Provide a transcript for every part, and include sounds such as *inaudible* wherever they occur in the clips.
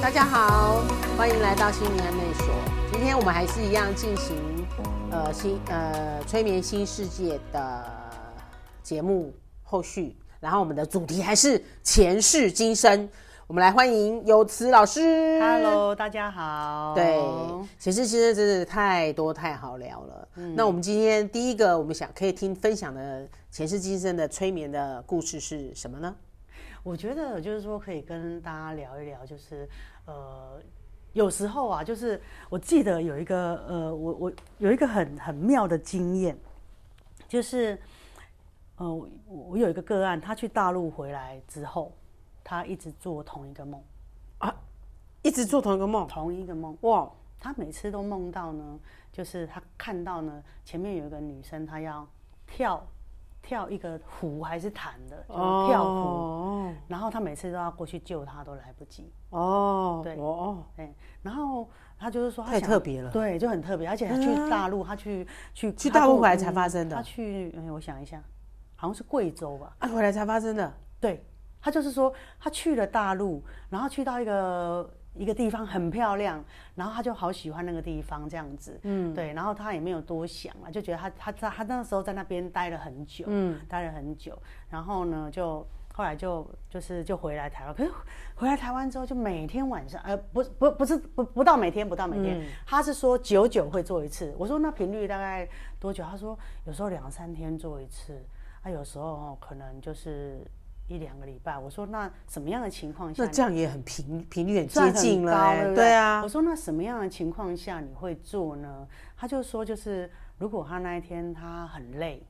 大家好，欢迎来到心灵安内所。今天我们还是一样进行呃新呃催眠新世界的节目后续，然后我们的主题还是前世今生。我们来欢迎有慈老师。 Hello，大家好。对，前世今生真是太多太好聊了。那我们今天第一个我们想可以听分享的前世今生的催眠的故事是什么呢？我觉得就是说可以跟大家聊一聊，就是呃，有时候啊，就是我记得有一个呃，我我有一个很很妙的经验，就是呃，我我有一个个案，他去大陆回来之后，他一直做同一个梦，一直做同一个梦，同一个梦。哇，哦他每次都梦到呢，就是他看到呢，前面有一个女生，她要跳跳一个湖还是弹的，就是跳湖。哦然后他每次都要过去救她，都来不及。哦，对哦，哎，然后他就是说他太想特别了嗯对，就很特别，而且他去大陆，他去去去他大陆跟回来我才发生的他去，嗯，我想一下，好像是贵州吧？啊，回来才发生的，对，他就是说他去了大陆，然后去到一个一个地方很漂亮，然后他就好喜欢那个地方这样子，嗯，对，然后他也没有多想啊，就觉得他他在他那时候在那边待了很久，嗯，待了很久，然后呢就。后来就就是就回来台湾，可是回来台湾之后，就每天晚上，呃，不不不是不不到每天，不到每天，他是说久久会做一次。我说那频率大概多久？他说有时候两三天做一次，啊，有时候、哦、可能就是一两个礼拜。我说那什么样的情况下那这样也很频频率很算接很近了、高欸，对不对啊，我说那什么样的情况下你会做呢？他就说就是如果他那一天他很累，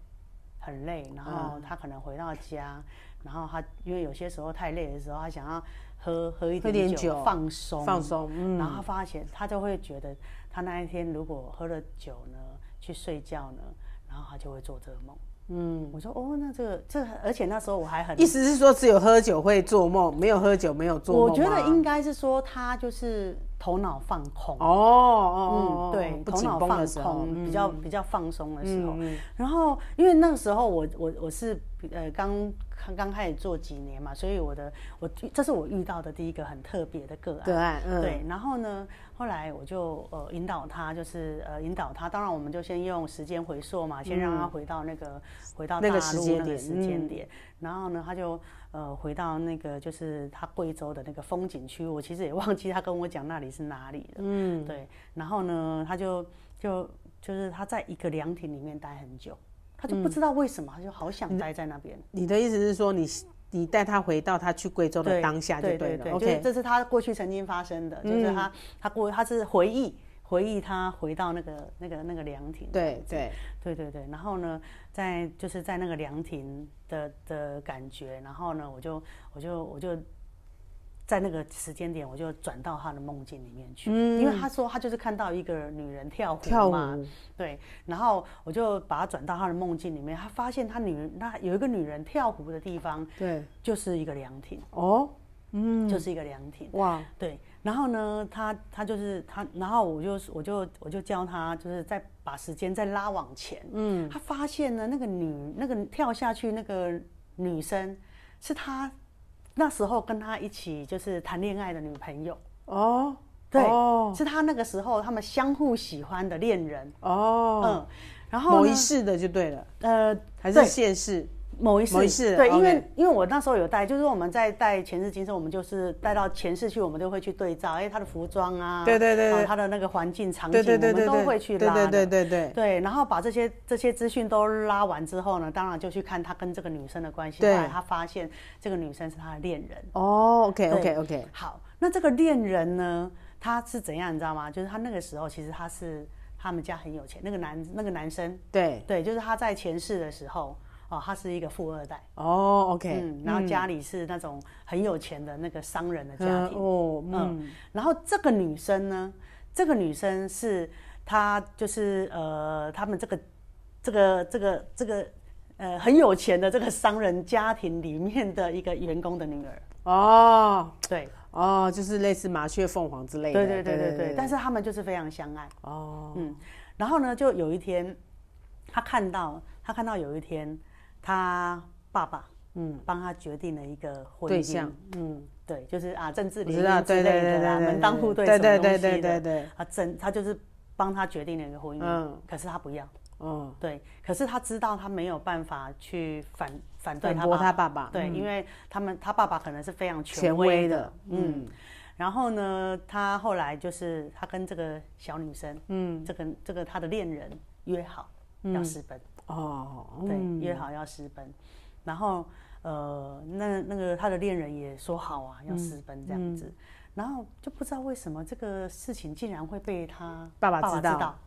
很累，然嗯后他可能回到家，然后他因为有些时候太累的时候，他想要喝喝一喝点点酒放松，放松，嗯，然后他发现他就会觉得他那一天如果喝了酒呢，去睡觉呢，然后他就会做这个梦。嗯，我说哦，那这个这个，而且那时候我还很意思是说只有喝酒会做梦，没有喝酒没有做梦我吗，觉得应该是说他就是头脑放空哦，哦哦嗯，，对，不头紧脑绷放的时候，空，嗯比较比较放松的时候。嗯然后，因为那个时候我我我是呃刚刚刚开始做几年嘛，所以我的我这是我遇到的第一个很特别的个案。个案，嗯，对，然后呢，后来我就呃引导他，就是呃引导他。当然，我们就先用时间回溯嘛，先让他回到那个、回到嗯那大个陆时间那个点嗯时间点。然后呢，他就呃回到那个就是他贵州的那个风景区，我其实也忘记他跟我讲那里是哪里了。嗯，对。然后呢，他就就就是他在一个凉亭里面待很久，他就嗯不知道为什么，他就好想待在那边。你的意思是说你你带他回到他去贵州的对当下就对对了嗯对 o 就是 k 这是他过去曾经发生的，就是他他过他是回忆回忆他回到那个那个那个凉亭，对对，对对对，然后呢，在就是在那个凉亭的的感觉，然后呢，我就我就我就在那个时间点，我就转到他的梦境里面去，因为他说他就是看到一个女人跳舞嗯跳舞嘛，对，然后我就把他转到他的梦境里面，他发现他女那有一个女人跳湖的地方对，就是一个凉亭，哦，就是一个凉亭。哇，对，然后呢，他他就是他，然后我就我就我就教他，就是再把时间再拉往前。嗯，他发现呢，那个女那个跳下去那个女生是他那时候跟他一起就是谈恋爱的女朋友，哦，对哦是他那个时候他们相互喜欢的恋人。哦，嗯，然后某呢一世的就对了，呃，还是对现世？某一世，某一世对， OK 因为因为我那时候有带，就是我们在带前世今生，我们就是带到前世去，我们都会去对照，哎，他的服装啊，对对对然后对他的那个环境场景，对对对对我对，们都会去对拉对的对对对。对，然后把这些这些资讯都拉完之后呢，当然就去看他跟这个女生的关系。对后来他发现这个女生是他的恋人。哦，OK OK OK，好，那这个恋人呢，他是怎样，你知道吗？就是他那个时候其实他是他们家很有钱，那个男那个男生，对，对，就是他在前世的时候，哦，他是一个富二代。哦，OK，嗯，然后家里是那种很有钱的那个商人的家嗯庭，哦，嗯，嗯，然后这个女生呢，这个女生是她就是呃，他们这个这个这个这个呃很有钱的这个商人家庭里面的一个员工的女儿，哦对哦，就是类似麻雀凤凰之类的，对对对对对，但是他们就是非常相爱。哦，然后呢，就有一天，他看到他看到有一天，他爸爸嗯帮他决定了一个婚嗯姻对象，嗯，对，就是啊政治我联知道，姻之对对类对的对啦，对，门当户对对什对么对东西对对的，对，啊政他就是帮他决定了一个婚姻嗯，可是他不要，嗯，对，可是他知道他没有办法去反反对反他驳爸他爸爸，对，嗯，因为他们他爸爸可能是非常权权威威的，的，嗯，然后呢，他后来就是他跟这个小女生，嗯，这个这个他的恋人约好嗯要私奔，哦，对，嗯约好要私奔，然后呃，那那个他的恋人也说好啊，嗯要私奔这样子，然后就不知道为什么这个事情竟然会被他爸爸知知道道，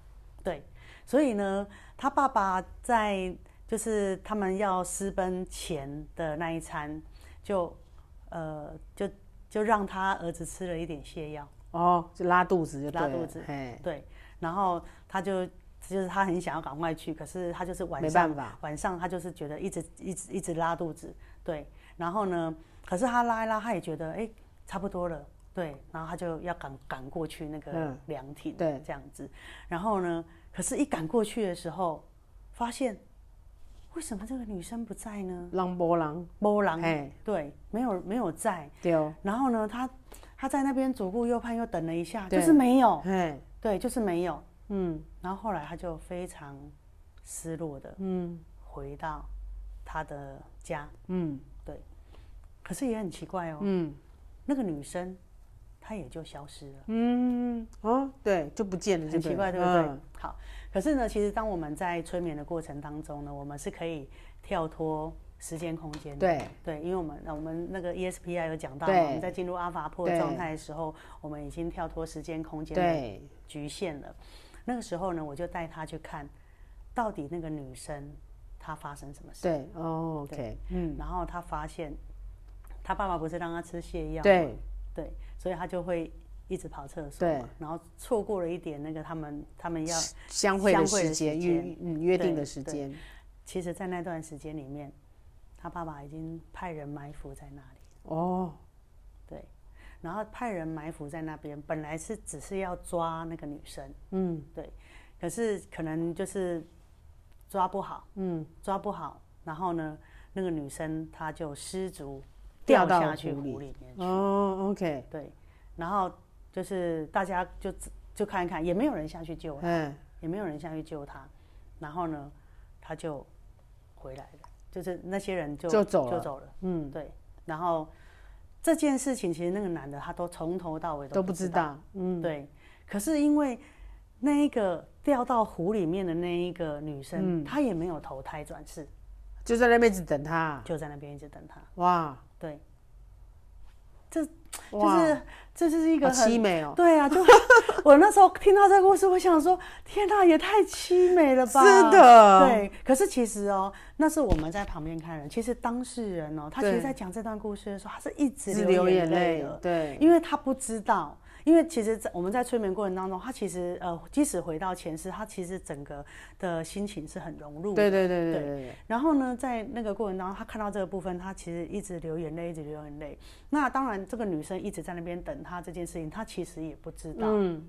对，所以呢，他爸爸在就是他们要私奔前的那一餐，就呃就就让他儿子吃了一点泻药。哦，就拉肚子就对了拉肚子嘿，对，然后他就就是他很想要赶快去，可是他就是晚没上办法，啊晚上他就是觉得一直一直一直拉肚子，对，然后呢，可是他拉一拉，他也觉得哎、诶差不多了，对，然后他就要赶赶过去那个嗯凉亭，对，这样子，然后呢，可是一赶过去的时候，发现为什么这个女生不在呢？浪波浪，波浪嘿，对，没有没有在，对哦，然后呢，他他在那边左顾右盼，又等了一下，对就是没有。嘿，对，就是没有。嗯然后后来他就非常失落的嗯回到他的家，嗯可是也很奇怪哦，嗯那个女生她也就消失了，嗯，哦，对，就不见了，很奇怪，对不对？嗯好，可是呢，其实当我们在催眠的过程当中呢，我们是可以跳脱时间空间的。对，对，因为我们那我们那个 E ESPI 有讲到嘛，对我们在进入阿法波对的状态的时候，我们已经跳脱时间空间的对，局限了。那个时候呢，我就带他去看，到底那个女生她发生什么事。对，哦，OK，嗯，然后他发现，他爸爸不是让他吃泻药，对，对，所以他就会一直跑厕所对嘛，然后错过了一点那个他们他们要。相会的相会时的间，时约嗯约定的时对间，其实，在那段时间里面，他爸爸已经派人埋伏在那里，哦，对，然后派人埋伏在那边，本来是只是要抓那个女生，嗯可是可能就是抓不好。嗯，抓不好，然后呢，那个女生她就失足掉掉到下去湖湖里里面。哦，OK，对，然后就是大家就就看一看，也没有人下去救，嗯，也没有人下去救她。然后呢，她就回来了，就是那些人就就走了就走了。嗯，嗯，对。然后这件事情，其实那个男的他都从头到尾都不不知道，嗯，对，可是因为那一个掉到湖里面的那一个女嗯生，她也没有投胎转世，就在那边一直等他，啊就在那边一直等她。哇，对，就哇，是这就是一个好很凄美哦，对啊，就 *laughs* 我那时候听到这个故事，我想说，天哪、也太凄美了吧！是的对。可是其实哦，那是我们在旁边看人，其实当事人哦，他其对实在讲这段故事的时候，他是一直是流流眼眼泪泪哦的，，对，因为他不知道。因为其实在，我们在催眠过程当中，他其实呃，即使回到前世，他其实整个的心情是很融入的对对对对对然后呢，在那个过程当中，他看到这个部分，他其实一直流眼泪，一直流眼泪。那当然，这个女生一直在那边等他这件事情，他其实也不知对，道。嗯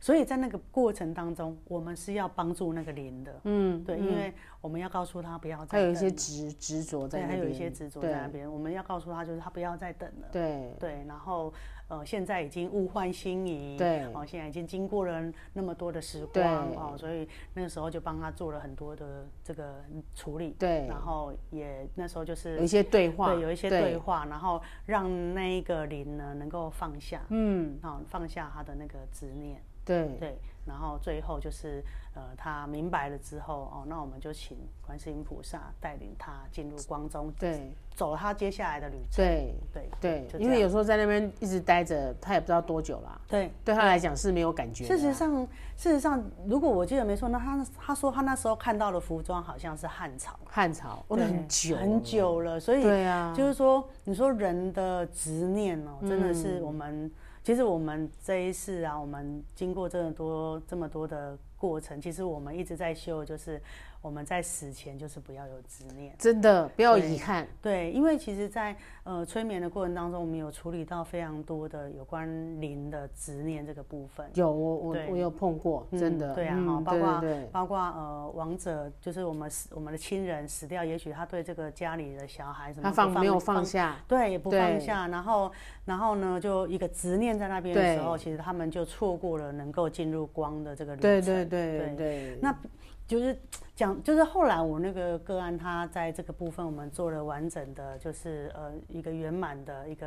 所以在那个过程当中，我们是要帮助那个灵的，嗯，对，因为我们要告诉他不要他再有一等些执执着在对，那还边，有一些执着对在那边，我们要告诉他就是他不要再等了。对对，然后呃，现在已经物换星移，对哦，现在已经经过了那么多的时对光哦，所以那个时候就帮他做了很多的这个处理，对，然后也那时候就是有一些对话，对有一些对话，然后让那一个灵呢能够放下，嗯，哦，放下他的那个执念，对对，然后最后就是呃他明白了之后哦，那我们就请观世音菩萨带领他进入光中，对走他接下来的旅程，对对对就因这为样有时候在那边一直待着，他也不知道多久啦，对。对他来讲是没有感觉的啊。事实上，事实上，如果我记得没错，那他他说他那时候看到的服装好像是汉朝，汉朝，我对哦很久很了，久了，所以对啊，就是说，你说人的执念哦，真的嗯是我们，其实我们这一世啊，我们经过这么多这么多的过程，其实我们一直在修，就是我们在死前就是不要有执念。真的不要遗憾，对，因为其实在，呃催眠的过程当中，我们有处理到非常多的有关灵的执念这个部分。有我我对我有碰过，嗯真的，对啊，嗯哈、包对括对对包括呃，亡者就是我们死我们的亲人死掉，也许他对这个家里的小孩什么他不放没有放下，对，也不放对下，然后，然后呢，就一个执念在那边的对时候，其实他们就错过了能够进入光的这个旅程。对对对对对，那就是讲，就是后来我那个个案，他在这个部分我们做了完整的，就是呃一个圆满的一个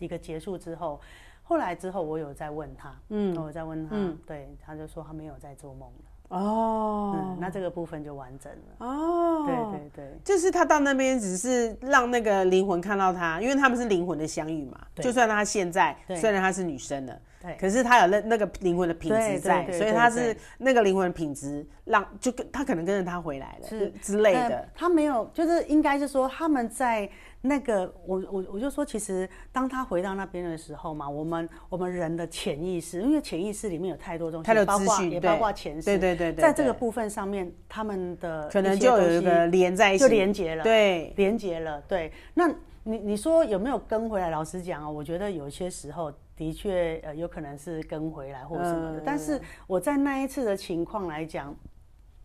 一个结束之后，后来之后我有在问他，嗯，我有在问他，对，他就说他没有在做梦了，哦嗯，那这个部分就完整了，哦，对对对。就是他到那边只是让那个灵魂看到他，因为他们是灵魂的相遇嘛。对就算他现在对虽然他是女生了，对可是他有那那个灵魂的品质对在，对对所以对他对是那个灵魂的品质让就跟他可能跟着他回来了是之类呃的。他没有，就是应该是说他们在那个，我我我就说，其实当他回到那边的时候嘛，我们我们人的潜意识，因为潜意识里面有太多东西，太多包资括讯也对包括前世，对对对对在这个对部分上面，他们的可一能些就东有一西个连在一起，就连结了，对，连接了，对。那你你说有没有跟回来？老实讲啊，我觉得有些时候的确呃有可能是跟回来或什么的，嗯但是我在那一次的情况来讲，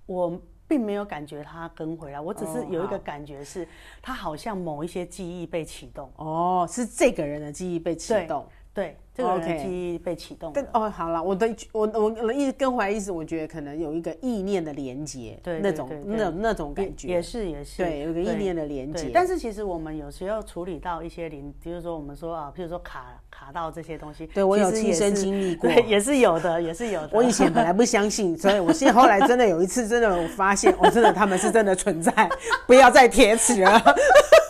我。并没有感觉他跟回来，我只是哦有一个好感觉是，他好像某一些记忆被启动，哦，是这个人的记忆被启对动。对，这个人哦 OK 的记忆被启动了但哦，好了，我的我我我一直跟怀疑思，我觉得可能有一个意念的连接，对那对种对对那那种感觉，也是也是，对，有一个意念的连对，接。但是其实我们有时候处理到一些零，比如说我们说啊，譬如说卡卡到这些东西，对我有其实亲也身是经历过对，也是有的，也是有的。 *laughs* 我以前本来不相信，所以我现在后来真的有一次，真的我发现，哦，真的他们是真的存在，不要再铁齿了。 *laughs*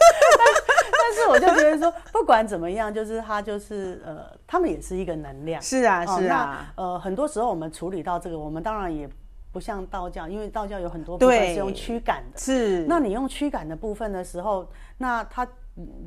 但是我就觉得说，不管怎么样，就是它就是呃，他们也是一个能量。是啊，哦是啊，那呃，很多时候我们处理到这个，我们当然也不像道教，因为道教有很多部分对是用驱赶的。是。那你用驱赶的部分的时候，那他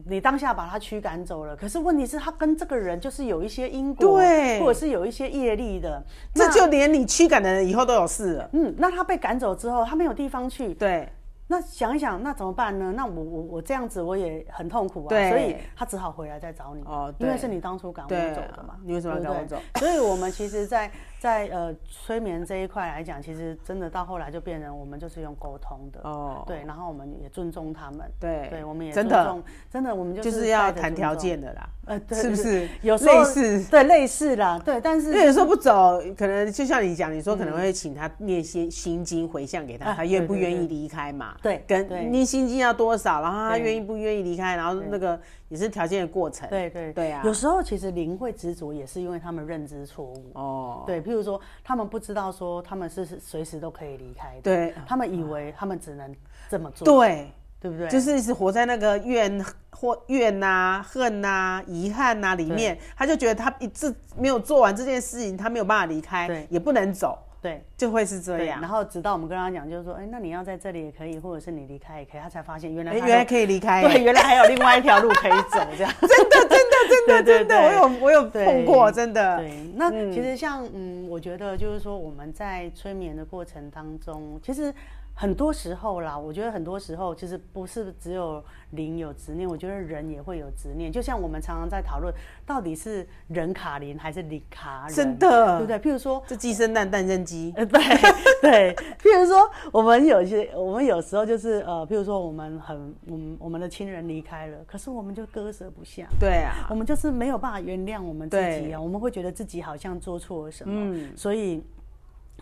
你当下把他驱赶走了，可是问题是，他跟这个人就是有一些因果，对或者是有一些业力的。这那就连你驱赶的人以后都有事了。嗯，那他被赶走之后，他没有地方去，对，那想一想，那怎么办呢？那我我我这样子我也很痛苦啊，对所以他只好回来再找你。哦因为对是你当初赶我对啊走的嘛，你为什么要对不赶我对？所以我们其实在，在呃催眠这一块来讲，其实真的到后来就变成我们就是用沟通的，哦，对，然后我们也尊重他们，对对，我们也真尊的重，真的我们就就是要带着谈尊条重，件的啦，呃，对，是不是？有时候类似，对类似啦，对，但因是为有时候不走，可能就像你讲，你说可能会请他念些心经回向给他，嗯啊他愿不对对愿意对离开嘛？对对跟念心经要多少，然后他对愿意不愿意离开，然后那个也是条件的过程。对对对啊有时候其实灵会执着，也是因为他们认知错误。哦，对，譬如说，他们不知道说他们是是随时都可以离开的，对嗯他们以为他们只能这么做，对，对不对？就是是活在那个怨或怨呐、恨呐、遗憾呐、里面，他就觉得他一直没有做完这件事情，他没有办法离开对，也不能走，对就会是这对。样然。后直到我们跟他讲，就是说，哎，那你要在这里也可以，或者是你离开也可以，他才发现原来哎，他原来都可以离开，对，原来还有另外一条路可以走，这样。真的，真的，真的，对对真的，对我有我有对碰过，真的。对，那其实像嗯，我觉得就是说我们在催眠的过程当中，其实很多时候啦，我觉得很多时候其实不是只有灵有执念，我觉得人也会有执念。就像我们常常在讨论，到底是人卡灵还是灵卡人，真的对不对？譬如说。这鸡生蛋，蛋生鸡。呃，对 *laughs* 对，譬如说，我们有一些，我们有时候就是呃，譬如说，我们很，我们我们的亲人离开了，可是我们就割舍不下，对啊，我们就是没有办法原谅我们自己对嗯啊，我们会觉得自己好像做错了什么，所以，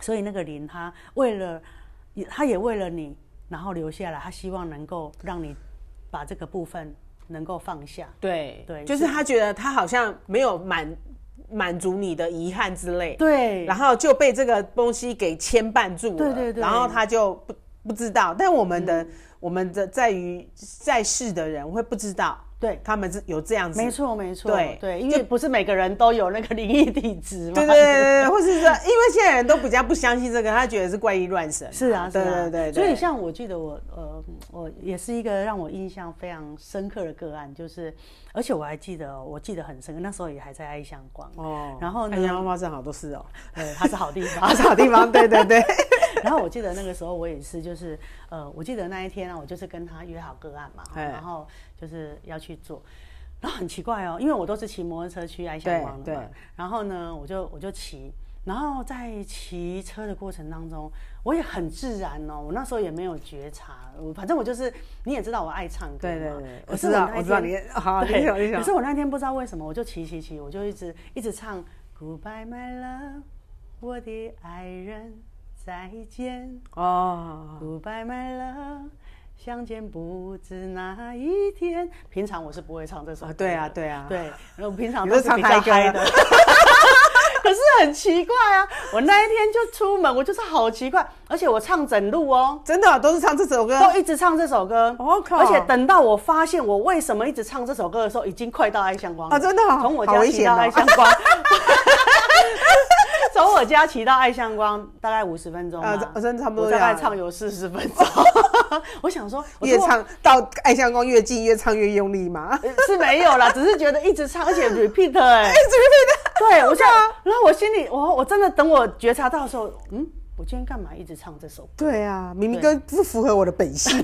所以那个林他为了，也他也为了你，然后留下来，他希望能够让你把这个部分能够放下，对对就是他觉得他好像没有满满足你的遗憾之类，对，然后就被这个东西给牵绊住了，对对对嗯然后他就不不知道。但我们的、我们的在于在世的人会不知道，对，他们是有这样子，没错没错，对对，因为不是每个人都有那个灵异体质嘛，对对对对对，或是说，因为现在人都比较不相信这个，他觉得是怪力乱神嘛， *laughs* 是啊，是对啊，对对对，所以像我记得我呃，我也是一个让我印象非常深刻的个案，就是而且我还记得哦，我记得很深刻，那时候也还在爱香光，哦，然后呢哎阳光镇好多事 *laughs* 哦，呃，它是好地方好。是好地方，对对对，然后我记得那个时候我也是，就是呃，我记得那一天呢、我就是跟他约好个案嘛，哎然后就是要去做。然后很奇怪哦，因为我都是骑摩托车去爱香光的对嘛对，然后呢，我就我就骑，然后在骑车的过程当中，我也很自然哦，我那时候也没有觉察，我反正我就是你也知道我爱唱歌对对嘛对，可我是知道那我知道天你好，哦你想你对，可想是，我那天不知道为什么，我就骑骑骑，我就一直一直唱 Goodbye my love，我的爱人再见哦， ，Goodbye my love，相见不知哪一天。平常我是不会唱这首歌啊，的，对啊对啊，哦对，然后我平常你都都是唱比嗨较歌嗨啊的。可是很奇怪啊！我那一天就出门，我就是好奇怪，而且我唱整路哦， *laughs* 真的啊都是唱这首歌，都一哦直唱这首歌。我靠而且等到我发现我为什么一直唱这首歌的时候，已经快到爱相光了哦真的哦从我好家危骑险到哦爱相光， *laughs* 从我家骑到爱相光大概五十分钟啊吧这真的差不多我大概这样唱有四十分钟。我想说，我越如果唱到爱相光越近，越唱越用力嘛， *laughs* 呃是没有啦，只是觉得一直唱，而且 repeat 哎、哎，怎么对，我就，啊然后我心里，我我真的等我觉察到的时候，嗯，我今天干嘛一直唱这首歌？ *laughs* 对啊，明明跟不符合我的本性，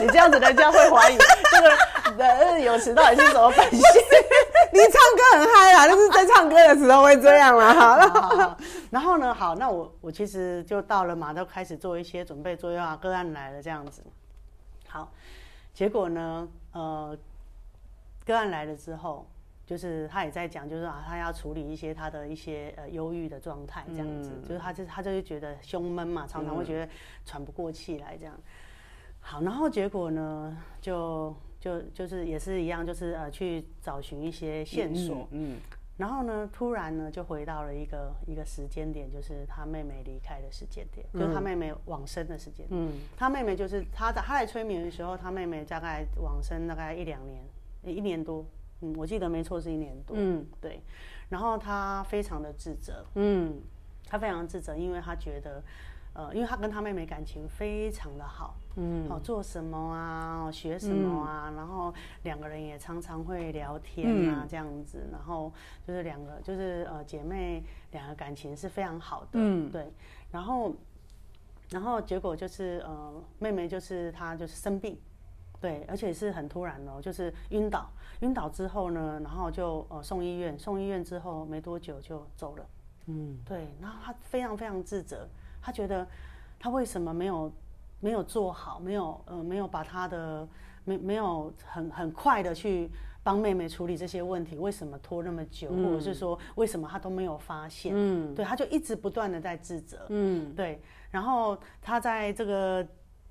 你这样子，人家会怀疑这个呃有迟到底是什么本性。 *laughs* 你唱歌很嗨啦，但是在唱歌的时候会这样 *laughs* 啦，好了，好好好然后呢，好，那我我其实就到了嘛，都开始做一些准备作业啊，个案来了这样子。好，结果呢，呃，个案来了之后，就是他也在讲，就是啊，他要处理一些他的一些呃忧郁的状态，这样嗯子，就是他就他就会觉得胸闷嘛，常常会觉得喘不过气来这样。好，然后结果呢，就就就是也是一样，就是呃去找寻一些线索，嗯，然后呢，突然呢，就回到了一个一个时间点，就是他妹妹离开的时间点，就是他妹妹往生的时间。嗯，他妹妹就是他在他来催眠的时候，他妹妹大概往生大概一两年，诶一年多。嗯，我记得没错是一年多。嗯，对。然后他非常的自责，嗯他非常自责，因为他觉得，呃，因为他跟他妹妹感情非常的好，嗯，好、哦做什么啊，学什么啊，然后两个人也常常会聊天啊，这样子，然后就是两个就是呃姐妹两个感情是非常好的，嗯，对，然后然后结果就是呃妹妹就是她就是生病。对，而且是很突然哦，就是晕倒，晕倒之后呢，然后就呃送医院，送医院之后没多久就走了。对，然后他非常非常自责，他觉得他为什么没有没有做好，没有呃没有把他的没没有很很快的去帮妹妹处理这些问题，为什么拖那么久，或者是说为什么他都没有发现？嗯，对，他就一直不断的在自责，嗯，对，然后他在这个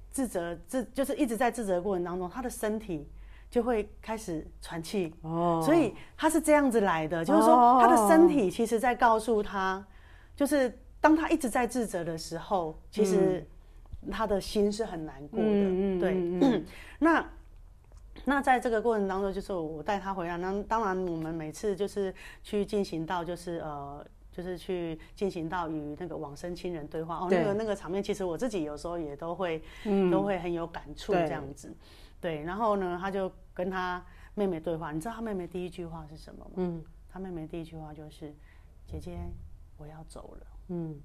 自责自就是一直在自责的过程当中，他的身体就会开始喘气，哦，所以他是这样子来的，就是说他的身体其实在告诉他，就是当他一直在自责的时候，其实他的心是很难过的。嗯嗯嗯对，那那在这个过程当中，就是我带他回来，那当然我们每次就是去进行到就是呃。就是去进行到与那个往生亲人对话哦，对那个那个场面，其实我自己有时候也都会，嗯都会很有感触对这样子。对，然后呢，他就跟他妹妹对话。你知道他妹妹第一句话是什么吗？嗯，他妹妹第一句话就是：“姐姐，我要走了。”嗯，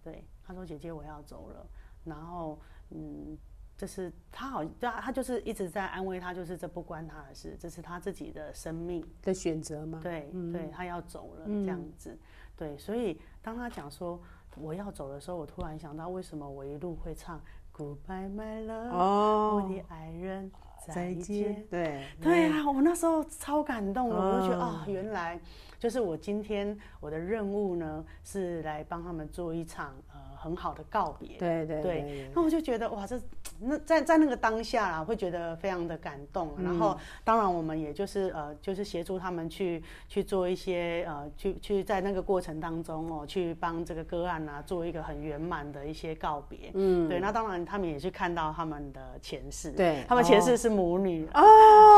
对，他说：“姐姐，我要走了。”然后，嗯，就是他好，他他就是一直在安慰他，就是这不关他的事，这是他自己的生命。的选择嘛，对、对，他要走了、这样子。对，所以当他讲说我要走的时候，我突然想到，为什么我一路会唱 Goodbye My Love，、哦我的爱人再再见见，。对对啊，我那时候超感动的，我就觉得嗯啊、原来就是我今天我的任务呢，是来帮他们做一场呃很好的告别。对对对，那我就觉得哇，这那在在那个当下啦，会觉得非常的感动。然嗯后，当然我们也就是呃，就是协助他们去去做一些呃，去去在那个过程当中哦，去帮这个个案啊做一个很圆满的一些告别。嗯，对。那当然，他们也去看到他们的前世，对他们哦前世是母女。哦，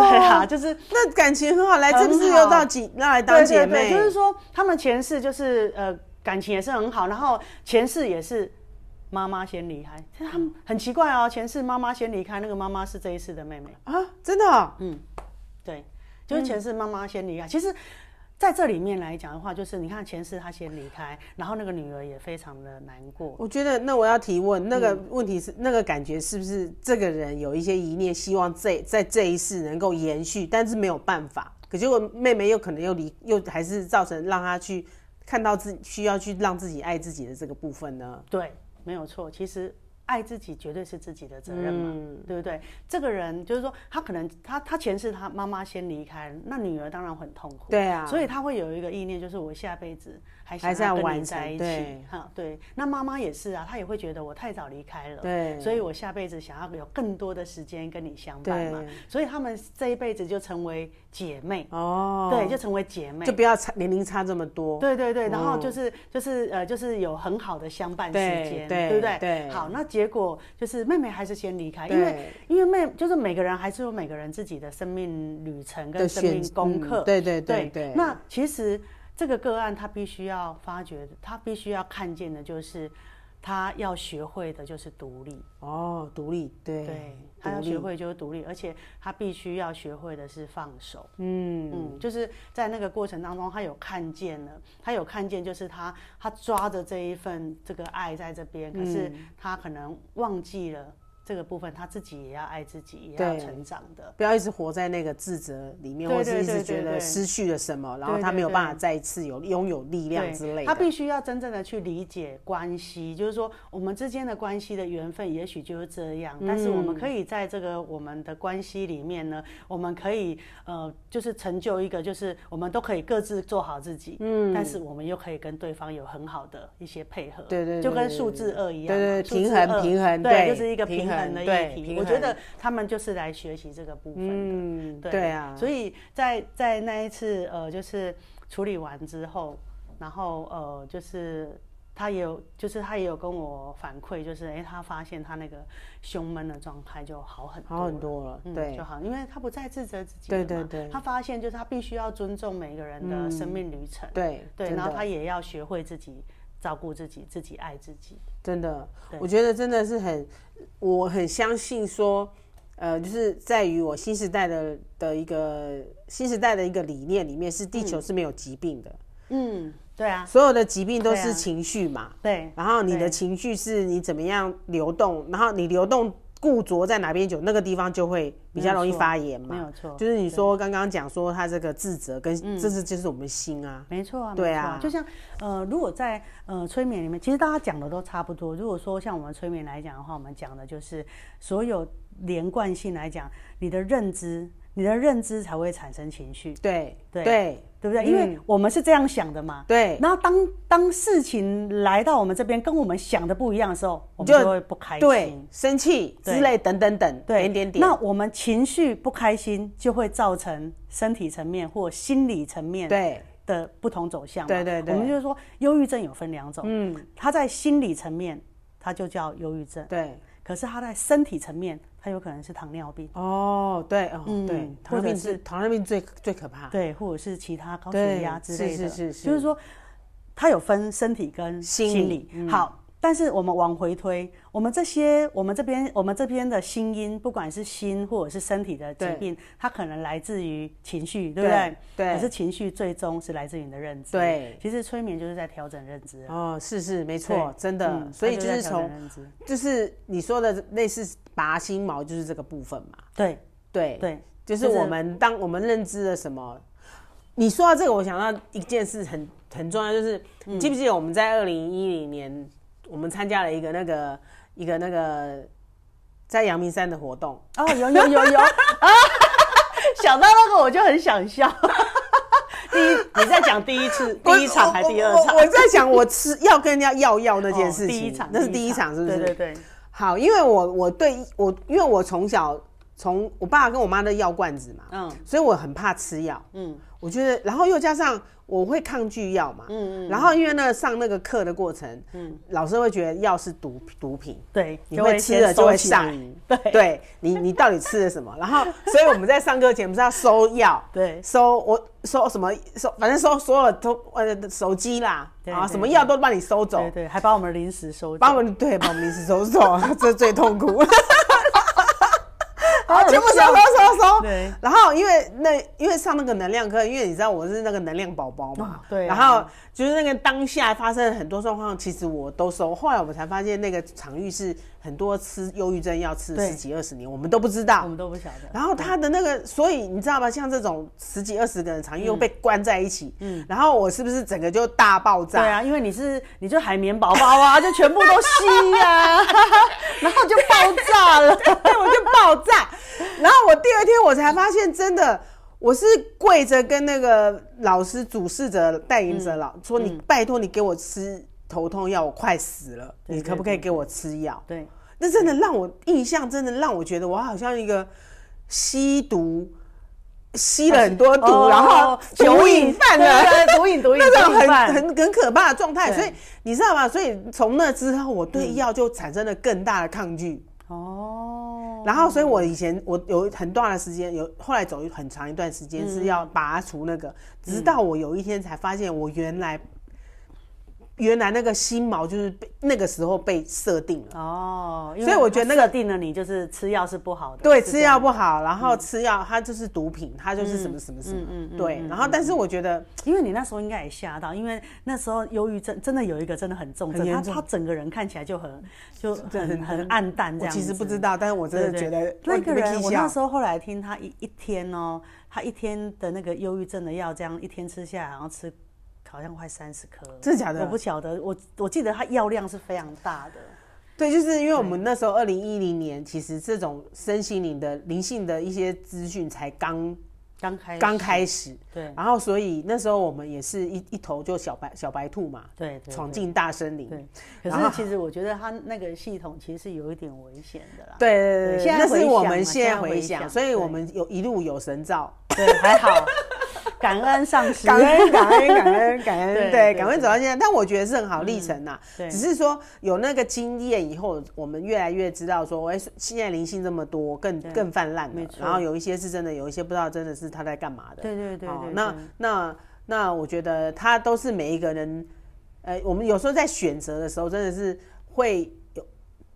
对啊，就是 *laughs* 那感情很好，来这很次好又到姐来当姐对对对，妹，就是说他们前世就是呃感情也是很好，然后前世也是妈妈先离开，其实他嗯们很奇怪哦，前世妈妈先离开，那个妈妈是这一世的妹妹，啊，真的哦、对，就是嗯前世妈妈先离开，其实。在这里面来讲的话，就是你看前世她先离开，然后那个女儿也非常的难过，我觉得那我要提问，那个问题是、那个感觉是不是这个人有一些疑念，希望这在这一世能够延续，但是没有办法。可结果妹妹又可能又离，又还是造成让她去看到自需要去让自己爱自己的这个部分呢？对，没有错。其实爱自己绝对是自己的责任嘛，嗯对不对？这个人就是说，他可能他他前世他妈妈先离开，那女儿当然很痛苦。对啊所以他会有一个意念，就是我下辈子还想还是要要跟完你在成一对起。哈，对。那妈妈也是啊，她也会觉得我太早离开了，对所以我下辈子想要有更多的时间跟你相伴嘛对。所以他们这一辈子就成为姐妹，哦，对，就成为姐妹就。不要差年龄差这么多。对对对，然后嗯就是、就是呃，就是有很好的相伴时对间，对对不对？对好，那结果就是妹妹还是先离开，对因为因为妹就是每个人还是有每个人自己的生命旅程跟的生选命功课，嗯对对对对。那其实这个个案他必须要发掘，他必须要看见的就是他要学会的就是独立，哦，独立，对对，他独要学立，会就是独立，而且他必须要学会的是放手。嗯，嗯，就是在那个过程当中，他有看见了，他有看见，就是他他抓着这一份这个爱在这边，可是嗯他可能忘记了这个部分，他自己也要爱自己，也要对成长的。不要一直活在那个自责里面，对或是一对直对觉对得对失去了什么，然后对他对没有对办法再一次有拥有力量之类他的。必须要真正的去理解关系，就是说我们之间的关系的缘分，也许就是这样。但是我们可以在这个我们的关系里面呢，我们可以呃，就是成就一个，就是我们都可以各自做好自己，嗯，但是我们又可以跟对方有很好的一些配合，对对对就跟数字二一样嘛，对对对数字平衡二平衡对对，就是一个平平衡衡的对议题平。我觉衡得他们就是来学习这个部分的，嗯，对啊，所以在在那一次呃，就是处理完之后，然后呃，就是他也有，就是他也有跟我反馈，就是哎、诶他发现他那个胸闷的状态就好很多了，嗯好很多了，对。就好，因为他不再自责自己对了嘛对对他发现就是他必须要尊重每个人的生命旅程，对对，真然后的他也要学会自己照顾自己，自己爱自己，真的，我觉得真的是很，我很相信说，呃，就是在于我新时代的的一个新时代的一个理念里面，是地球是没有疾病的，嗯，对啊，所有的疾病都对是啊情绪嘛，对，然后你的对情绪是你怎么样流动，然后你流动固着在哪边久，那个地方就会比较容易发炎没嘛。有错，嗯就是你说刚刚讲说他这个自责跟这是就是我们心啊，没错啊，对没错啊就像呃，如果在呃催眠里面，其实大家讲的都差不多。如果说像我们催眠来讲的话，我们讲的就是所有连贯性来讲，你的认知，你的认知才会产生情绪，对对对对不对？因为我们是这样想的嘛。对，然后当当事情来到我们这边，跟我们想的不一样的时候，我就们就会不开心。对生气之类等等等，对，点点点。那我们情绪不开心，就会造成身体层面或心理层面对的不同走向嘛。对对对我们就是说，忧郁症有分两种，嗯，它在心理层面，它就叫忧郁症，对可是它在身体层面，它有可能是糖尿病，哦对哦嗯对，糖尿或病者是糖尿病最最可怕，对，或者是其他高啊对血压之类是是的，是是就是说，它有分身体跟心心理嗯理。好，但是我们往回推，我们这些，我们这边，我们这边的心因，不管是心或者是身体的疾对病，它可能来自于情绪，对对不对？对可是情绪最终是来自于你的认知。对其实催眠就是在调整认知啊。哦是是没错，对真的，嗯所以它就在是调整从认知就是你说的类似拔心毛，就是这个部分嘛，对对对就是就是我们当我们认知了什么。你说到这个，我想到一件事很很重要，就是你记不记得我们在二零一零年，我们参加了一个那个一个那个在阳明山的活动，哦，有有有有啊！ *laughs* 想到那个我就很想笑。第一， *laughs* 你在讲第一 *laughs* 次、 *gasps* 第一场还是第二我场我？我在想，我吃要跟人家要药那件事情，哦第一场，那是第一场，是不是？对对对，好，因为我我对我，因为我从小从我爸跟我妈都药罐子嘛，嗯所以我很怕吃药。嗯我觉得，然后又加上我会抗拒药嘛，嗯然后因为那个上那个课的过程，老师会觉得药是毒毒品，对，你就会吃了先就收会起上来瘾，对对你你到底吃了什么？然后，所以我们在上课前不是要收药， *laughs* 对收我收什么收，反正收所有都呃手机啦，对啊对什么药都帮你收走对，对，还把我们的零食收走，把我们对把我们零食收走， *laughs* 这最痛 *laughs* 苦。好好， *laughs* 全部收收收收。哦对然后因为那因为上那个能量课，因为你知道我是那个能量宝宝嘛哦，对啊然后就是那个当下发生很多状况，其实我都收。后来我才发现那个场域是很多吃忧郁症要吃对十几二十年，我们都不知道我。们都不晓得。然后他的那个，所以你知道吧？像这种十几二十个人场域嗯又被关在一起，嗯，然后我是不是整个就大爆炸？对啊，因为你是你就海绵宝宝啊，就全部都吸呀、 *laughs* 然后就爆炸了。对，我就爆炸。然后我第二天我才发现，真的我是跪着跟那个老师主事者带领嗯者老、说你，拜托你给我吃头痛药，我快死了，对你可不可以给我吃药？对， *laughs* 那真的让我印象，真的让我觉得我好像一个吸毒。吸了很多毒，哦然后酒瘾犯了，对对对毒瘾 *laughs* 毒瘾那种毒瘾很犯很很可怕的状态。对嗯所以你知道吗？所以从那之后，我对药就产生了更大的抗拒。哦，然后，所以我以前我有很段的时间，有后来走很长一段时间嗯是要拔除那个，直到我有一天才发现，我原来原来那个心毛就是被那个时候被设定了。哦，所以我觉得那个定了你就是吃药是不好的，嗯对，是吃这样药不好，然后吃药它就是毒品，它就是什么什么什么，嗯对。然后，但是我觉得因为你那时候应该也吓到，因为那时候忧郁症真的有一个真的很重很症，严他重他整个人看起来就很就很很很暗淡这我样子。其实不知道，但是我真的觉得那个人，我那时候候后来听他一一天哦，他一天的那个忧郁症的药，这样一天吃下来，然后吃好像快三十颗，真的假的我不晓得，我我记得他药量是非常大的，对，就是因为我们那时候二零一零年，其实这种身心灵的灵性的一些资讯才刚刚开始刚开始。对然后所以那时候我们也是一一头就小白小白兔嘛，对对闯进大森林。对，可然后是其实我觉得他那个系统其实是有一点危险的啦，对对对对对，现在那是回我想们嘛现现在在回回想，想所以对我们有一路有神照，对，还好， *laughs* 感恩上师，感恩感恩感恩感恩，对嗯对，对嗯感恩走啊到现在。但我觉得是很好历程呐，对只是说有那个经验以后，我们越来越知道说，哎，现在灵性这么多，更更泛滥没了。错然后有一些是真的，有一些不知道真的是他在干嘛的。对对对好对，那对那那我觉得他都是每一个人，呃，我们有时候在选择的时候，真的是会有，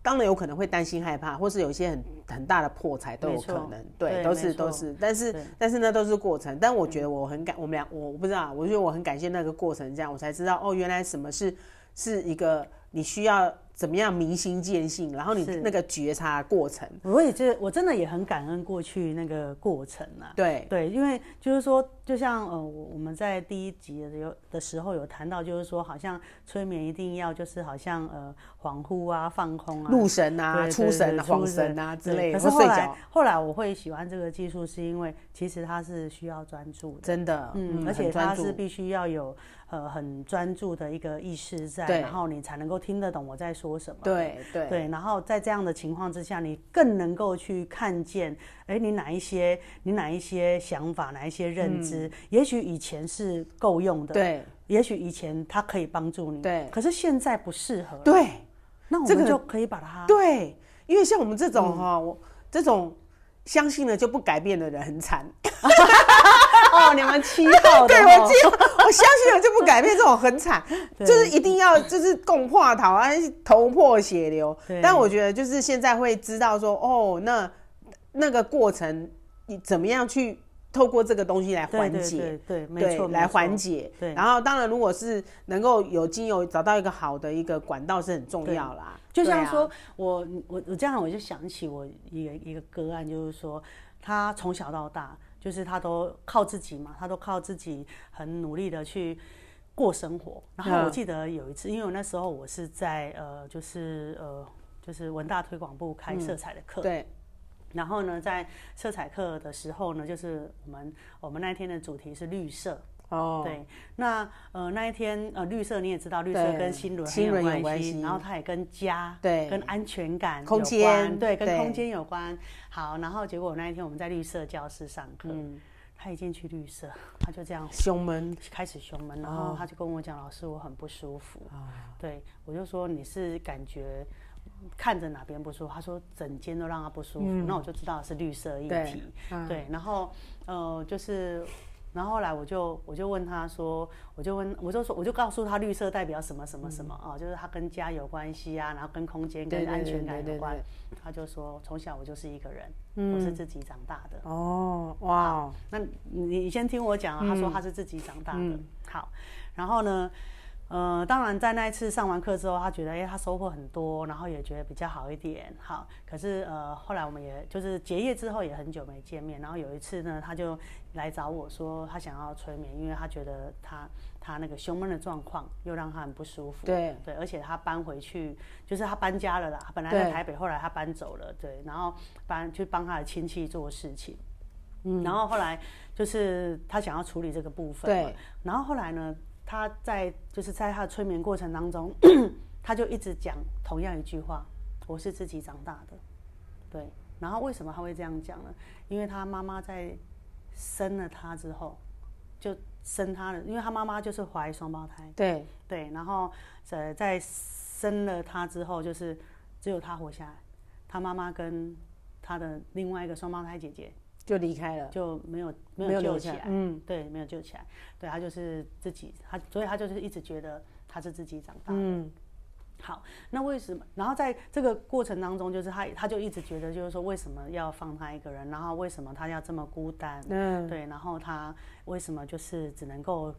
当然有可能会担心害怕，或是有一些很很大的破财都有没错可能，对，对都没是错都是，但是对嗯但是呢都是过程，但我觉得我很感，我们俩我我不知道，我觉得我很感谢那个过程，这样我才知道哦，原来什么是是一个你需要怎么样明心见性，然后你是那个觉察过程，我也觉得我真的也很感恩过去那个过程啊，对对，因为就是说，就像呃，我我们在第一集的有的时候有谈到，就是说，好像催眠一定要就是好像呃恍惚啊、放空啊、入神啊、对出神啊、对对恍神啊出之类的，对可是或后睡着来。后来我会喜欢这个技术，是因为其实它是需要专注的。真的，嗯，而很且专它注是必须要有呃很专注的一个意识在，对然后你才能够听得懂我在说什么。对对对，然后在这样的情况之下，你更能够去看见，哎，你哪一些，你哪一些想法，哪一些认知，也许以前是够用的，，嗯对也许以前它可以帮助你，对可是现在不适合，对那我这个们就可以把它，对，因为像我们这嗯种哈、我这种相信了就不改变的人很惨。 *laughs* 哦，你们七号对的我哦，记，我相信了就不改变这种很 *laughs* 惨，就是一定要就是共话桃啊， *laughs* 头破血流对。但我觉得就是现在会知道说，哦，那那个过程你怎么样去透过这个东西来对缓对解。对对，没对错，，来没错缓解。对然后当然，如果是能够有精油找到一个好的一个管道是很重要啦。就对像啊说，我我我这样，我就想起我一个一个个案，就是说，他从小到大，就是他都靠自己嘛，他都靠自己很努力的去过生活。然后我嗯记得有一次，因为我那时候我是在呃，就是呃，就是文大推广部开色彩的课，嗯对然后呢，在色彩课的时候呢，就是我们我们那天的主题是绿色。哦，对，那呃那一天呃绿色你也知道，绿色对跟心轮很心轮有关有关系，系然后它也跟家对嗯跟安全感有空关间对，跟对空间有关。好，然后结果那一天我们在绿色教室上课，他一进去绿色，他就这样胸闷，开始胸闷，然哦后他就跟我讲：“老师，我很不舒服。对我就说：“你是感觉看着哪边不舒服？”他说：“整间都让他不舒服。那我就知道是绿色液嗯对体。对，然后呃，就是。然后后来我就我就问他说，我就问我就说我就告诉他绿色代表什么什么什么啊，就是他跟家有关系啊，然后跟空间嗯对跟对安对全对感对有关。他就说从小我就是一个人，我是自己长大的。嗯哦，哇，那你你先听我讲、啊，他说他是自己长大的。好，然后呢，呃，当然在那一次上完课之后，他觉得哎、诶他收获很多，然后也觉得比较好一点。好，可是呃，后来我们也就是结业之后也很久没见面，然后有一次呢，他就来找我说他想要催眠，因为他觉得他他那个胸闷的状况又让他很不舒服。对对，而且他搬回去，就是他搬家了啦，他本来对在台北，后来他搬走了，对，然后搬去帮他的亲戚做事情。嗯，然后后来就是他想要处理这个部分，对，然后后来呢，他在就是在他的催眠过程当中， *clears throat* 他就一直讲同样一句话：“我是自己长大的。”对，然后为什么他会这样讲呢？因为他妈妈在生了他之后，就生他了，因为他妈妈就是怀双胞胎，对，对，然后在在生了他之后，就是只有他活下来，他妈妈跟他的另外一个双胞胎姐姐就离开了，就没有没没有有留救起下来，嗯，对，没有救起来，对他就是自己，他所以他就是一直觉得他是自己长大的。嗯，好，那为什么？然后在这个过程当中，就是他他就一直觉得，就是说为什么要放他一个人，然后为什么他要这么孤单，嗯，对，啊然后他为什么就是只能够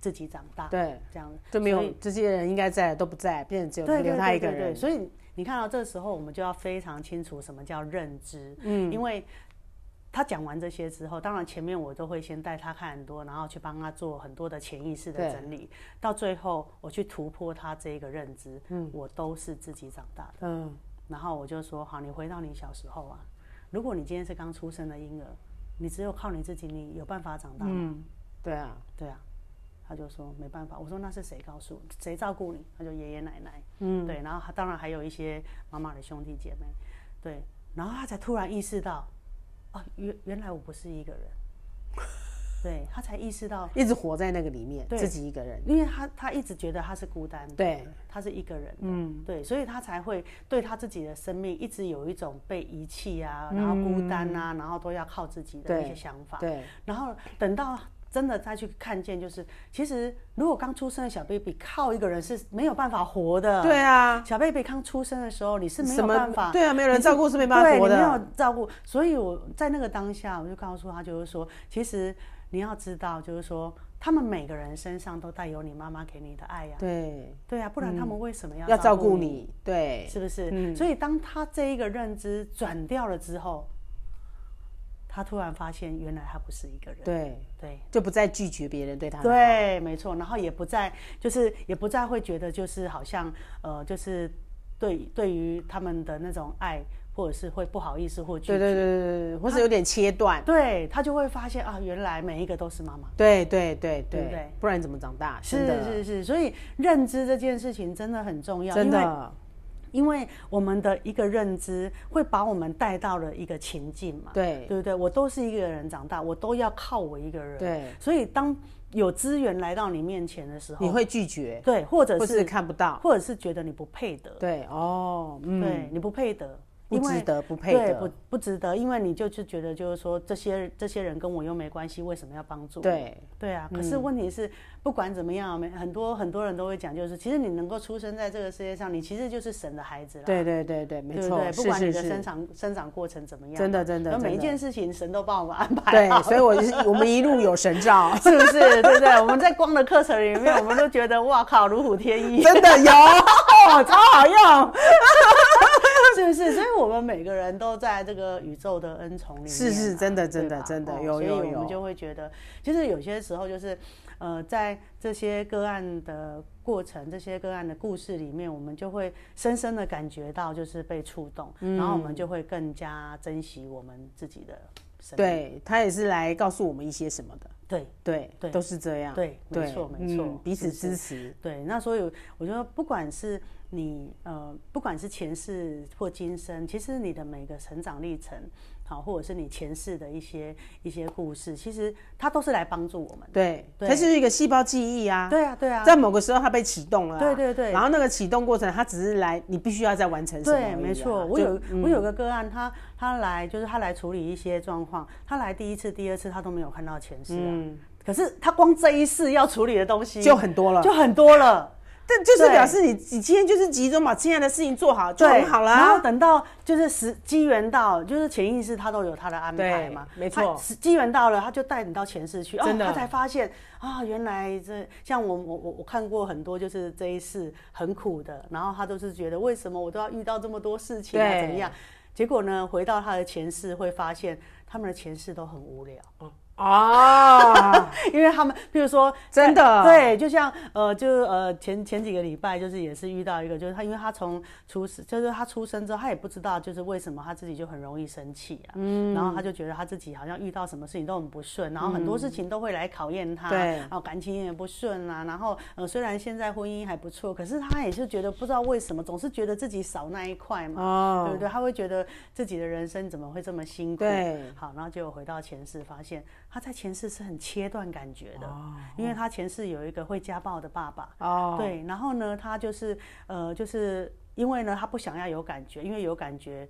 自己长大，对，这样子就没所有以这些人应该在的都不在，变成只有对留对他一对个对对，人，所以你看到这时候，我们就要非常清楚什么叫认知，嗯，因为他讲完这些之后，当然前面我都会先带他看很多，然后去帮他做很多的潜意识的对整理，到最后我去突破他这一个认知，嗯，我都是自己长大的，嗯，然后我就说，好，你回到你小时候啊，如果你今天是刚出生的婴儿，你只有靠你自己，你有办法长大吗？对啊，对啊，他就说没办法。我说那是谁告诉你谁照顾你？他就爷爷奶奶，嗯，对，然后他当然还有一些妈妈的兄弟姐妹，对，然后他才突然意识到，哦，原原来我不是一个人，对他才意识到，一直活在那个里面，对自己一个人，因为他他一直觉得他是孤单的，对，他是一个人，嗯，对，所以他才会对他自己的生命一直有一种被遗弃啊，然后孤单啊，然后都要靠自己的嗯对一些想法，对，然后等到真的再去看见，就是其实如果刚出生的小 baby 靠一个人是没有办法活的。对啊，小 baby 刚出生的时候，你是没什有么办法，对啊，没有人你照顾是没办法对活你没的，有照顾，所以我在那个当下，我就告诉他，就是说，其实你要知道，就是说，他们每个人身上都带有你妈妈给你的爱呀、对，对呀、不然他们为什么要要照顾顾你，嗯对，是不是？所以当他这一个认知转掉了之后，他突然发现，原来他不是一个人。对，对，就不再拒绝别人对他的好，对，没错。然后也不再就是也不再会觉得就是好像呃就是对对于他们的那种爱，或者是会不好意思或拒对对对对对对，或是有点切断，对他就会发现啊，原来每一个都是妈妈。对对对对不对对，不然你怎么长大？真是的，是是，所以认知这件事情真的很重要，真因为的，因为我们的一个认知会把我们带到了一个情境嘛，对对不对？我都是一个人长大，我都要靠我一个人，对，所以当有资源来到你面前的时你候，会拒绝，对，或者或是是看不到，或者是觉得你不配得，对，哦，嗯，对，你不配得，不因为值得，不配对，得不，不值得，因为你就是觉得就是说这些这些人跟我又没关系，为什么要帮助？，对，对啊。可是问题是，不管怎么样，没很多很多人都会讲，就是其实你能够出生在这个世界上，你其实就是神的孩子啦。对对对对，没对不错，对？不是管你是的是生。长生长过程怎么样，真的真的然后每一真的件事情神都帮我们安排对好，，所以我就是我们一路有神照 *laughs* 是不是？对不对？我们在光的课程里面，我们都觉得哇靠，如虎添翼， *laughs* 真的有，超好用。 *laughs* 是不是？所以我们每个人都在这个宇宙的恩宠里面啊、是是真的真的对吧真的哦有所以有我有们就会觉得，就是有些时候就是，呃，在这些个案的呃过程、这些个案的故事里面，我们就会深深嗯的感觉到就是被触动，然后我们就会更加珍惜我们自己的生命。对他也是来告诉我们一些什么的，对对，对都是这样，嗯对没错没错彼此是是支持，对，那所以我觉得，不管是你呃，不管是前世或今生，其实你的每个成长历程，好，或者是你前世的一些一些故事，其实它都是来帮助我们。对，对它就是一个细胞记忆啊，对啊，对啊，在某个时候它被启动了啊，对对对然后那个启动过程，它只是来，你必须要再完成什么而已对，啊，没错。我就嗯有我有个个案，他他来就是他来处理一些状况，他来第一次、第二次他都没有看到前世啊，可是他光这一世要处理的东西嗯就很多了，就很多了。但就是对表示你你今天就是集中把现在的事情做好就对，很好了然后啊，等到就是时机缘到，就是潜意识他都有他的安排嘛，对没错他时机缘到了，他就带你到前世去，哦真的他才发现啊，原来这像我我我我看过很多就是这一世很苦的，然后他都是觉得为什么我都要遇到这么多事情啊，对怎么样？结果呢，回到他的前世会发现他们的前世都很无聊， *laughs* 哦，因为他们，譬如说，真的对，就像呃，就呃前前几个礼拜，就是也是遇到一个，就是他，因为他从出生，就是他出生之后，他也不知道就是为什么他自己就很容易生气啊，嗯，然后他就觉得他自己好像遇到什么事情都很不顺，然后很多事情都会来考验他，对然后感情也不顺啊，然后呃虽然现在婚姻还不错，可是他也是觉得不知道为什么总是觉得自己少那一块嘛，哦对不对？他会觉得自己的人生怎么会这么辛苦？对好，然后就回到前世，发现他在前世是很切断感觉的，因为他前世有一个会家暴的爸爸，嗯哦，对，然后呢，他就是呃，就是因为呢，他不想要有感觉，因为有感觉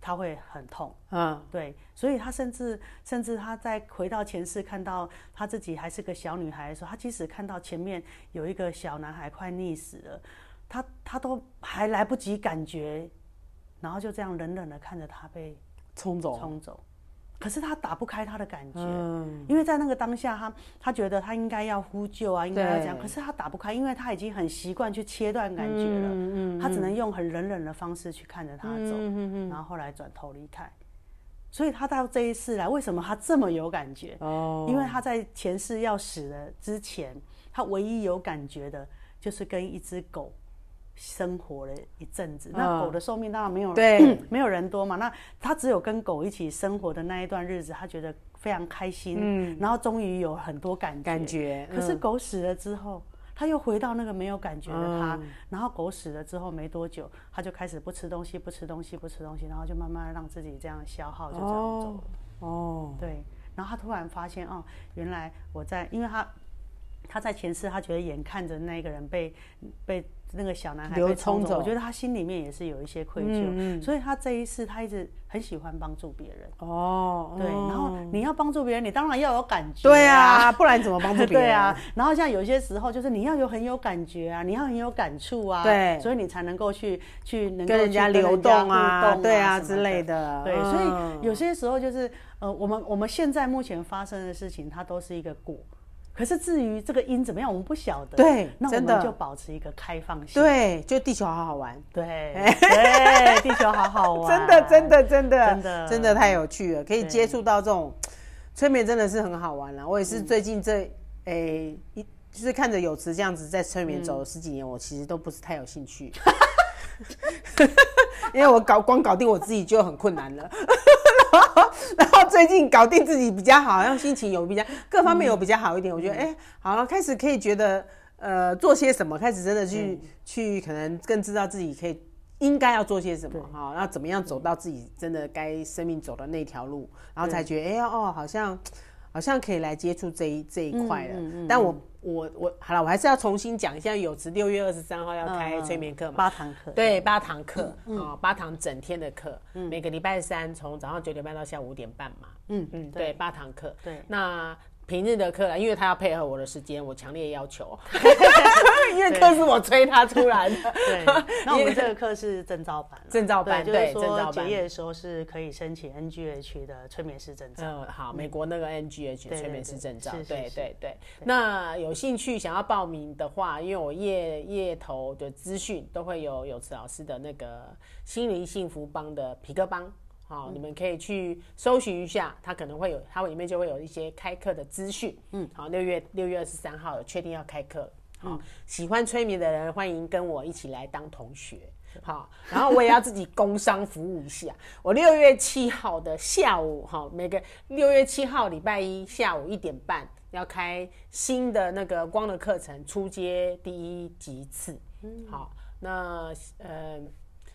他会很痛。嗯，对，所以他甚至甚至他在回到前世看到他自己还是个小女孩的时候，他即使看到前面有一个小男孩快溺死了，他他都还来不及感觉，然后就这样冷冷的看着他被冲走，冲走，可是他打不开他的感觉。嗯，因为在那个当下，他他觉得他应该要呼救啊，应该要这样，对可是他打不开，因为他已经很习惯去切断感觉嗯了，他只能用很冷冷的方式去看着他走，嗯然后后来转头离开。所以他到这一世来，为什么他这么有感觉？哦，因为他在前世要死的之前，他唯一有感觉的就是跟一只狗生活了一阵子。那嗯狗的寿命当然没有对没有人多嘛，那他只有跟狗一起生活的那一段日子，他觉得非常开心，然后终于有很多感觉。嗯嗯感觉，嗯可是狗死了之后，他又回到那个没有感觉的哦他。然后狗死了之后没多久，他就开始不吃东西，不吃东西，不吃东西，然后就慢慢让自己这样消耗，就这样走了。哦哦，对，然后他突然发现哦，原来我在，因为他他在前世，他觉得眼看着那个人被被那个小男孩流被冲冲走嗯我觉得他心里面也是有一些愧疚，所以他这一世他一直很喜欢帮助别人。哦，对，哦然后你要帮助别人，你当然要有感觉、 *laughs* 对 *laughs* 啊，不然怎么帮助别人？对啊，然后像有些时候就是你要有很有感觉啊，你要很有感触啊，对所以你才能够去去能够跟人去家跟流人家动互啊，动对啊什么之类的，对，所嗯以有些时候就是呃，我们我们现在目前发生的事情，它都是一个果。可是至于这个因怎么样，我们不晓得。对那我真的们就保持一个开放性。对，就地球好好玩。对对，地球好好玩， *laughs* 真的，真的，真的，真的真的太有趣了，可以对嗯接触到这种催眠，真的是很好玩啦。啊我也是最近这诶一。就是看着有池这样子在催眠走嗯了十几年，我其实都不是太有兴趣， *laughs* 因为我搞光搞定我自己就很困难了， *laughs* 然后然后最近搞定自己比较好，好像心情有比较各方面有比较好一点，我觉得哎、好了，开始可以觉得呃做些什么，开始真的去、去可能更知道自己可以应该要做些什么哈，然后怎么样走到自己真的该生命走的那条路，然后才觉得哎、呀哦，好像好像可以来接触这一这一块了。但我我我好了，我还是要重新讲一下，有职六月二十三号要开催眠课嘛，八堂课。 *laughs* 对，八堂课啊、哦八堂整天的课，每个礼拜三从早上九点半到下午五点半嘛。嗯嗯嗯，对对，八堂课。对那平日的课啦，因为他要配合我的时间，我强烈要求， *laughs* 因为课是我催他出来 *laughs* 的。对， *laughs* 那我们这个课是证照班啊，证照班对，对就证是照说班结业的时候是可以申请 NGH 的催眠师证照。嗯，好，美国那个 NGH 对催眠师证照是，是对是对对。那有兴趣想要报名的话，因为我夜夜头的资讯都会有有慈老师的那个心灵幸福帮的皮克帮。好，嗯你们可以去搜寻一下，它可能会有，它里面就会有一些开课的资讯。嗯，好，六月六月二十三号有确定要开课了。好，喜欢催眠的人欢迎跟我一起来当同学。好，然后我也要自己工商服务一下。 *laughs* 我六月七号的下午，哈，每个六月七号礼拜一下午一点半要开新的那个光的课程，初阶第一级次。嗯好，那呃，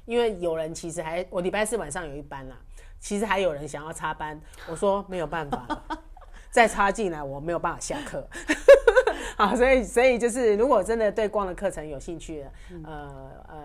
因为有人其实还我礼拜四晚上有一班啦，其实还有人想要插班，我说没有办法了，再插进来我没有办法下课。 *laughs* 好，所以所以就是，如果真的对光的课程有兴趣的，嗯呃呃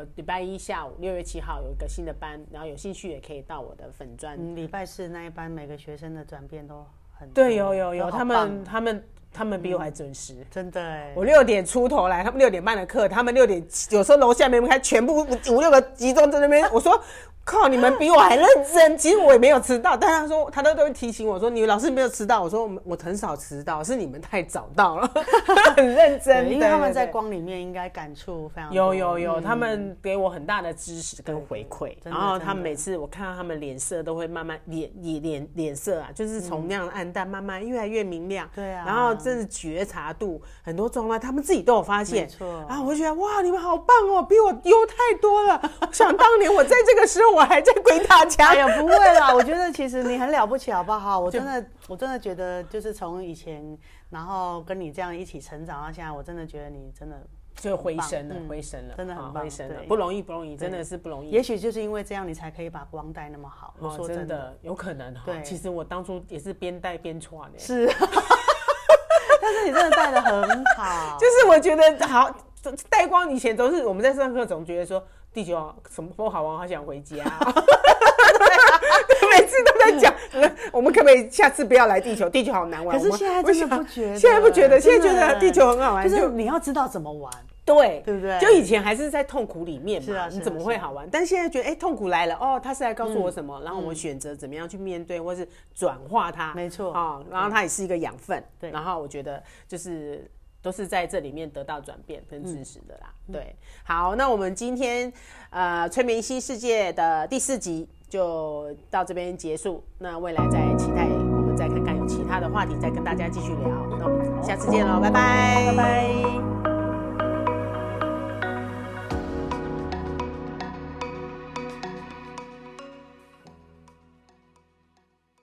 呃，礼拜一下午六月七号有一个新的班，然后有兴趣也可以到我的粉专。嗯，礼拜四那一班每个学生的转变都很对，有多有有，都好他棒嗯们他们他们比我还准时。真的哎，我六点出头来，他们六点半的课，他们六点有时候楼下没人开，全部五五六个集中在那边。我说靠，你们比我还认真。其实我也没有迟到，但他说他都都会提醒我说，你老师没有迟到。我说我们我很少迟到，是你们太早到了， *laughs* 很认真。对因为他们对在对光里面应该感触非常有多有有，他们给我很大的支持跟回馈，真的然后真他们的每次我看到他们脸色都会慢慢脸脸脸脸色啊，就是从那样暗淡慢慢越来越明亮，对啊然后这是觉察度很多状况，他们自己都有发现，没错然后我就觉得哇，你们好棒哦，比我优太多了。 *laughs* 想当年我在这个时候我还在鬼打 *laughs* 哎 *laughs* 墙，呀，不会啦！我觉得其实你很了不起，好不好？我真的，我真的觉得，就是从以前，然后跟你这样一起成长到现在，我真的觉得你真的，就回神了很，棒嗯回神了，真的很啊棒回神了，对不容易，不容易，真的是不容易。也许就是因为这样，你才可以把光带那么好。我哦，说真真的，的有可能哈。对其实我当初也是边带边穿的， *laughs* 是，但是你真的带的很 *laughs* 好，就是我觉得好，带光以前都是我们在上课总觉得说第九好什么不好啊玩，好想回家。每次都在讲，我们可不可以下次不要来地球？地球好难玩。可是我们现在我真想的不觉得，现在不觉得，现在觉真的得地球很好玩。就是就你要知道怎么玩。对，对不对就以前还是在痛苦里面嘛，是啊是啊你怎么会是啊嗯好玩？但现在觉得，哎、痛苦来了，哦，他是来告诉我什么，然后我选择怎么样去面对，或是转化它，没错啊、然后它也是一个养分，对然后我觉得就是。都是在这里面得到转变跟支持的啦。嗯对，好，那我们今天呃催眠新世界的第四集就到这边结束。那未来再期待我们再看看有其他的话题再跟大家继续聊。那我们下次见喽，拜拜拜拜。